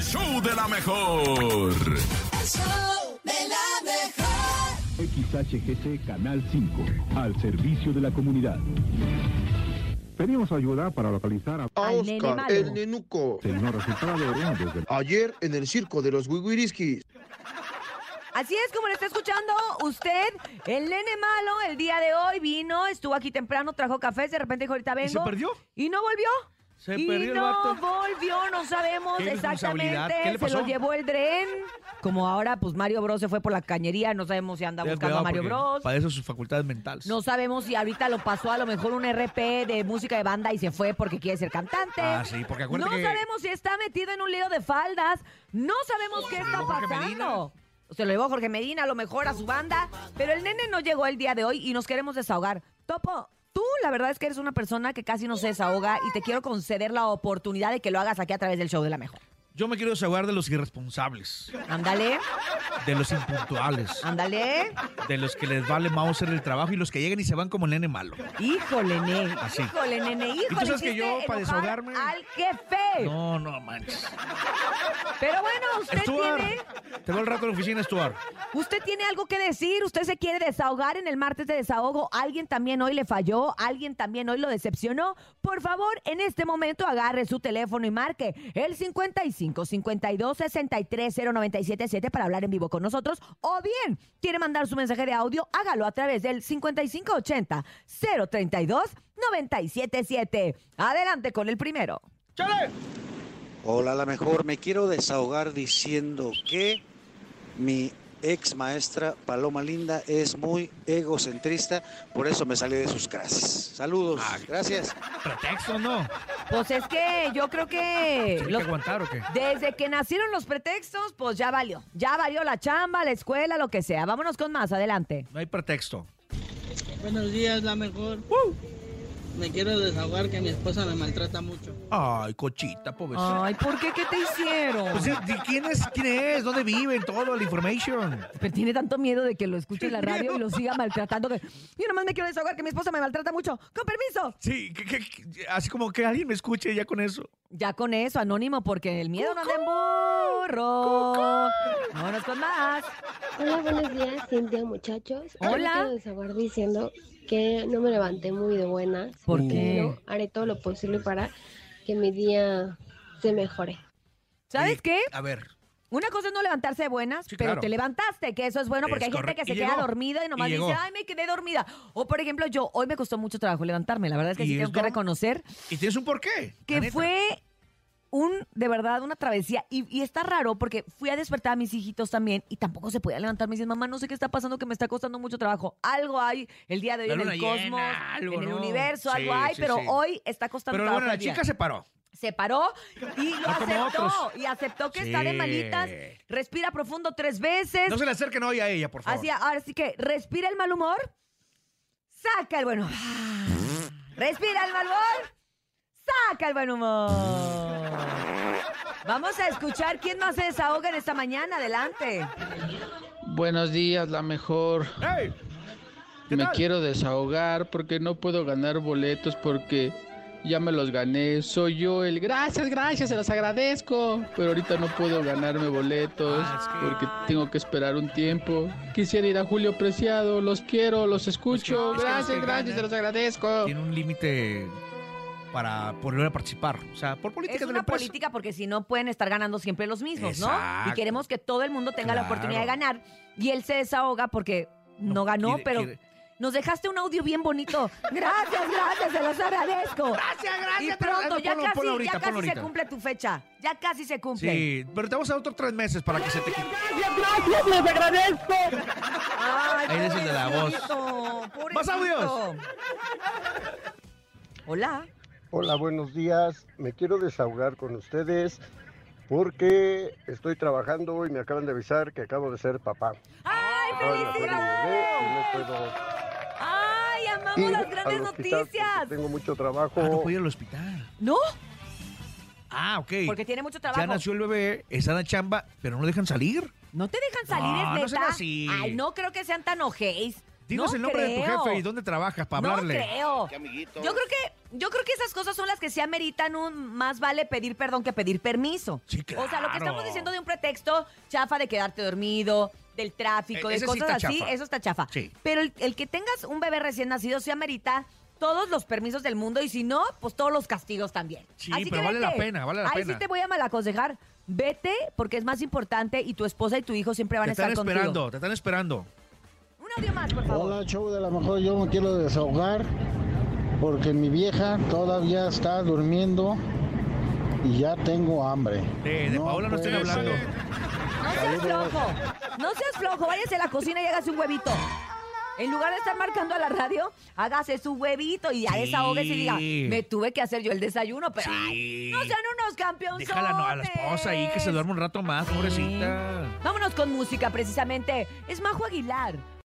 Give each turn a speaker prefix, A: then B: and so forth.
A: show de la mejor.
B: XHGC Canal 5, al servicio de la comunidad. Pedimos ayuda para localizar a
C: A
D: Al nene
C: Oscar,
D: malo.
C: el nenuco.
B: señor resultado de Orión desde
C: Ayer en el circo de los Wigwiriskis.
D: Así es como lo está escuchando usted, el nene malo, el día de hoy vino, estuvo aquí temprano, trajo café, de repente dijo, ahorita vengo.
E: ¿Y se perdió?
D: Y no volvió.
E: Se
D: y
E: perdió el
D: no
E: vato.
D: volvió, no sabemos
E: Qué irresponsabilidad.
D: exactamente.
E: ¿Qué
D: Se
E: le pasó?
D: lo llevó el dren. Como ahora, pues Mario Bros se fue por la cañería, no sabemos si anda
E: Ten
D: buscando a
E: cuidado,
D: Mario
E: porque
D: Bros.
E: Padece sus facultades mentales.
D: No sabemos si ahorita lo pasó a lo mejor un RP de música de banda y se fue porque quiere ser cantante.
E: Ah, sí, porque acuérdate
D: No
E: que-
D: sabemos si está metido en un lío de faldas. No sabemos qué está
E: llevó Jorge
D: pasando. Se lo llevó Jorge Medina, a lo mejor a su banda. Pero el nene no llegó el día de hoy y nos queremos desahogar. Topo, tú la verdad es que eres una persona que casi no se desahoga y te quiero conceder la oportunidad de que lo hagas aquí a través del show de la mejor.
E: Yo me quiero desahogar de los irresponsables,
D: Ándale,
E: de los impuntuales,
D: ándale.
E: de los que les vale hacer el trabajo y los que llegan y se van como el nene malo.
D: Híjole, nene.
E: Así.
D: Híjole, nene. Híjole,
E: sabes que
D: hiciste
E: yo, para
D: enojar
E: desahogarme-
D: Al jefe.
E: No, no manches.
D: Pero bueno, usted
E: Stuart,
D: tiene,
E: te veo el rato en la oficina, Stuart.
D: usted tiene algo que decir, usted se quiere desahogar en el martes de desahogo, alguien también hoy le falló, alguien también hoy lo decepcionó. Por favor, en este momento agarre su teléfono y marque el 55 52 63 097 7 para hablar en vivo con nosotros o bien quiere mandar su mensaje de audio, hágalo a través del 55 80 032 977. Adelante con el primero.
E: ¡Chale!
F: Hola, la mejor. Me quiero desahogar diciendo que mi ex maestra Paloma Linda es muy egocentrista, por eso me salí de sus clases. Saludos, gracias.
E: ¿Pretexto no?
D: Pues es que yo creo que
E: ¿Tiene
D: los
E: que aguantar o qué?
D: Desde que nacieron los pretextos, pues ya valió. Ya valió la chamba, la escuela, lo que sea. Vámonos con más, adelante.
E: No hay pretexto.
G: Buenos días, la mejor. Me quiero desahogar que mi esposa me maltrata mucho.
E: Ay, cochita, pobrecita.
D: Ay, ¿por qué? ¿Qué te hicieron?
E: Pues, ¿de ¿quién es? ¿Quién es? ¿Dónde viven? Todo, la information.
D: Pero tiene tanto miedo de que lo escuche en la radio y lo siga maltratando que... Yo nomás me quiero desahogar que mi esposa me maltrata mucho. ¡Con permiso!
E: Sí, que- que- que- así como que alguien me escuche ya con eso.
D: Ya con eso, anónimo, porque el miedo no anda en burro. Vámonos con más.
H: Hola, buenos días, Cintia, muchachos. Yo
D: Hola.
H: Me quiero desahogar diciendo que no me levanté muy de buenas.
D: ¿Por
H: pero
D: qué?
H: haré todo lo posible para que mi día se mejore.
D: ¿Sabes
E: Y-
D: qué?
E: A ver.
D: Una cosa es no levantarse de buenas,
E: Sí,
D: pero
E: claro.
D: te levantaste, que eso es bueno porque
E: Es
D: hay gente
E: correcto.
D: que se
E: Y
D: queda
E: llegó.
D: dormida y nomás
E: Y
D: dice,
E: llegó.
D: ay, me quedé dormida. O por ejemplo, yo hoy me costó mucho trabajo levantarme, la verdad es que
E: ¿Y
D: sí
E: es
D: tengo que
E: no?
D: reconocer
E: ¿Y tienes un porqué? la
D: que
E: neta.
D: fue un, de verdad, una travesía. Y, y está raro porque fui a despertar a mis hijitos también y tampoco se podía levantar. Me dicen, mamá, no sé qué está pasando, que me está costando mucho trabajo. Algo hay el día de hoy
E: La
D: en
E: luna
D: el cosmos,
E: llena, algo,
D: en el
E: ¿no?
D: universo, algo
E: Sí,
D: hay,
E: sí,
D: pero
E: sí.
D: hoy está costando
E: Pero
D: trabajo.
E: bueno, la
D: el día".
E: chica se paró.
D: se paró y lo
E: No Ah, como
D: aceptó.
E: otros.
D: Y aceptó que está de
E: Sí.
D: malitas. Respira profundo tres veces.
E: No se le acerquen hoy a ella, por favor.
D: Así, ahora sí que respira el mal humor. Saca el bueno. Respira el mal humor. Saca el buen humor. Vamos a escuchar quién más se desahoga en esta mañana. Adelante.
G: Buenos días, la mejor.
E: ¡Ey! ¿Qué
G: Me
E: tal?
G: quiero desahogar porque no puedo ganar boletos porque ya me los gané. Soy yo el gracias, gracias, se los agradezco. Pero ahorita no puedo ganarme boletos
E: Ah,
G: porque tengo que esperar un tiempo. Quisiera ir a Julio Preciado, los quiero, los escucho.
E: es que los
G: gracias,
E: que
G: gracias,
E: ganan-
G: se los agradezco.
E: Tiene un límite para volver a participar. O sea, por política
D: Es
E: de la
D: una
E: empresa.
D: política porque si no pueden estar ganando siempre los mismos, ¿no? Y
E: Exacto.
D: queremos que todo el mundo tenga la oportunidad de
E: Claro.
D: ganar. Y él se desahoga porque no,
E: No,
D: ganó,
E: quiere-
D: pero
E: quiere-
D: nos dejaste un audio bien bonito. Gracias, gracias, se los agradezco.
E: Gracias,
D: Y
E: gracias. pero-
D: pronto,
E: hazlo,
D: ya
E: ponlo-
D: casi,
E: ponlo
D: ya
E: ahorita,
D: casi
E: ponlo
D: se
E: ahorita.
D: cumple tu fecha. Ya casi se cumple.
E: Sí, pero te vamos a dar otros tres meses para que se te quite.
D: Ay,
E: Ahí es el de la voz.
D: pobrecito, pobrecito.
E: Más audios.
D: Hola.
I: Hola, buenos días. Me quiero desahogar con ustedes porque estoy trabajando y me acaban de avisar que acabo de ser papá.
D: ¡Ay,
I: Acabo de nacer mi bebé
D: felicidades!
I: y no puedo
D: ¡Ay, amamos
I: ir
D: las
I: al
D: grandes
I: hospital porque
D: noticias!
I: Tengo mucho
E: Ah, no
I: trabajo.
E: puedo ir al hospital.
D: ¿No?
E: Ah, ok.
D: Porque tiene mucho
E: ya
D: trabajo.
E: nació el bebé, está en la chamba, pero no dejan salir.
D: No te dejan salir,
E: No,
D: es
E: no sean
D: neta.
E: así.
D: Ay, no creo que sean tan ojeis.
E: Dinos
D: No
E: el nombre de tu
D: creo.
E: jefe y dónde trabajas para
D: No
E: hablarle.
D: creo. Yo creo que Yo creo que esas cosas son las que sí ameritan un más vale pedir perdón que pedir permiso.
E: Sí,
D: O sea, lo que estamos
E: claro.
D: diciendo de un pretexto chafa de quedarte dormido, del tráfico,
E: E-
D: de
E: ese sí
D: cosas
E: está
D: así,
E: chafa.
D: eso está chafa.
E: Sí.
D: Pero el, el que tengas un bebé recién nacido sí amerita todos los permisos del mundo y si no, pues todos los castigos también.
E: Sí, pero vale la pena, vale la
D: Ahí sí
E: pena.
D: te voy a malaconsejar. Vete porque es más importante y tu esposa y tu hijo siempre van
E: te
D: a estar
E: están
D: contigo.
E: esperando, te están esperando.
D: Un audio más, por favor.
J: Hola, show de la mejor. Yo me quiero desahogar porque mi vieja todavía está durmiendo y ya tengo hambre.
E: Eh, De, de Paola no estoy
J: puede
E: hablando.
J: ser.
D: No seas flojo. No seas flojo. Váyase a la cocina y hágase un huevito. En lugar de estar marcando a la radio, hágase su huevito y a
E: Sí.
D: esa y diga, me tuve que hacer yo el desayuno, pero ay,
E: Sí.
D: no sean unos campeones.
E: Déjala no, a la esposa ahí que se duerma un rato más, pobrecita.
D: Vámonos con música, precisamente. Es Majo Aguilar.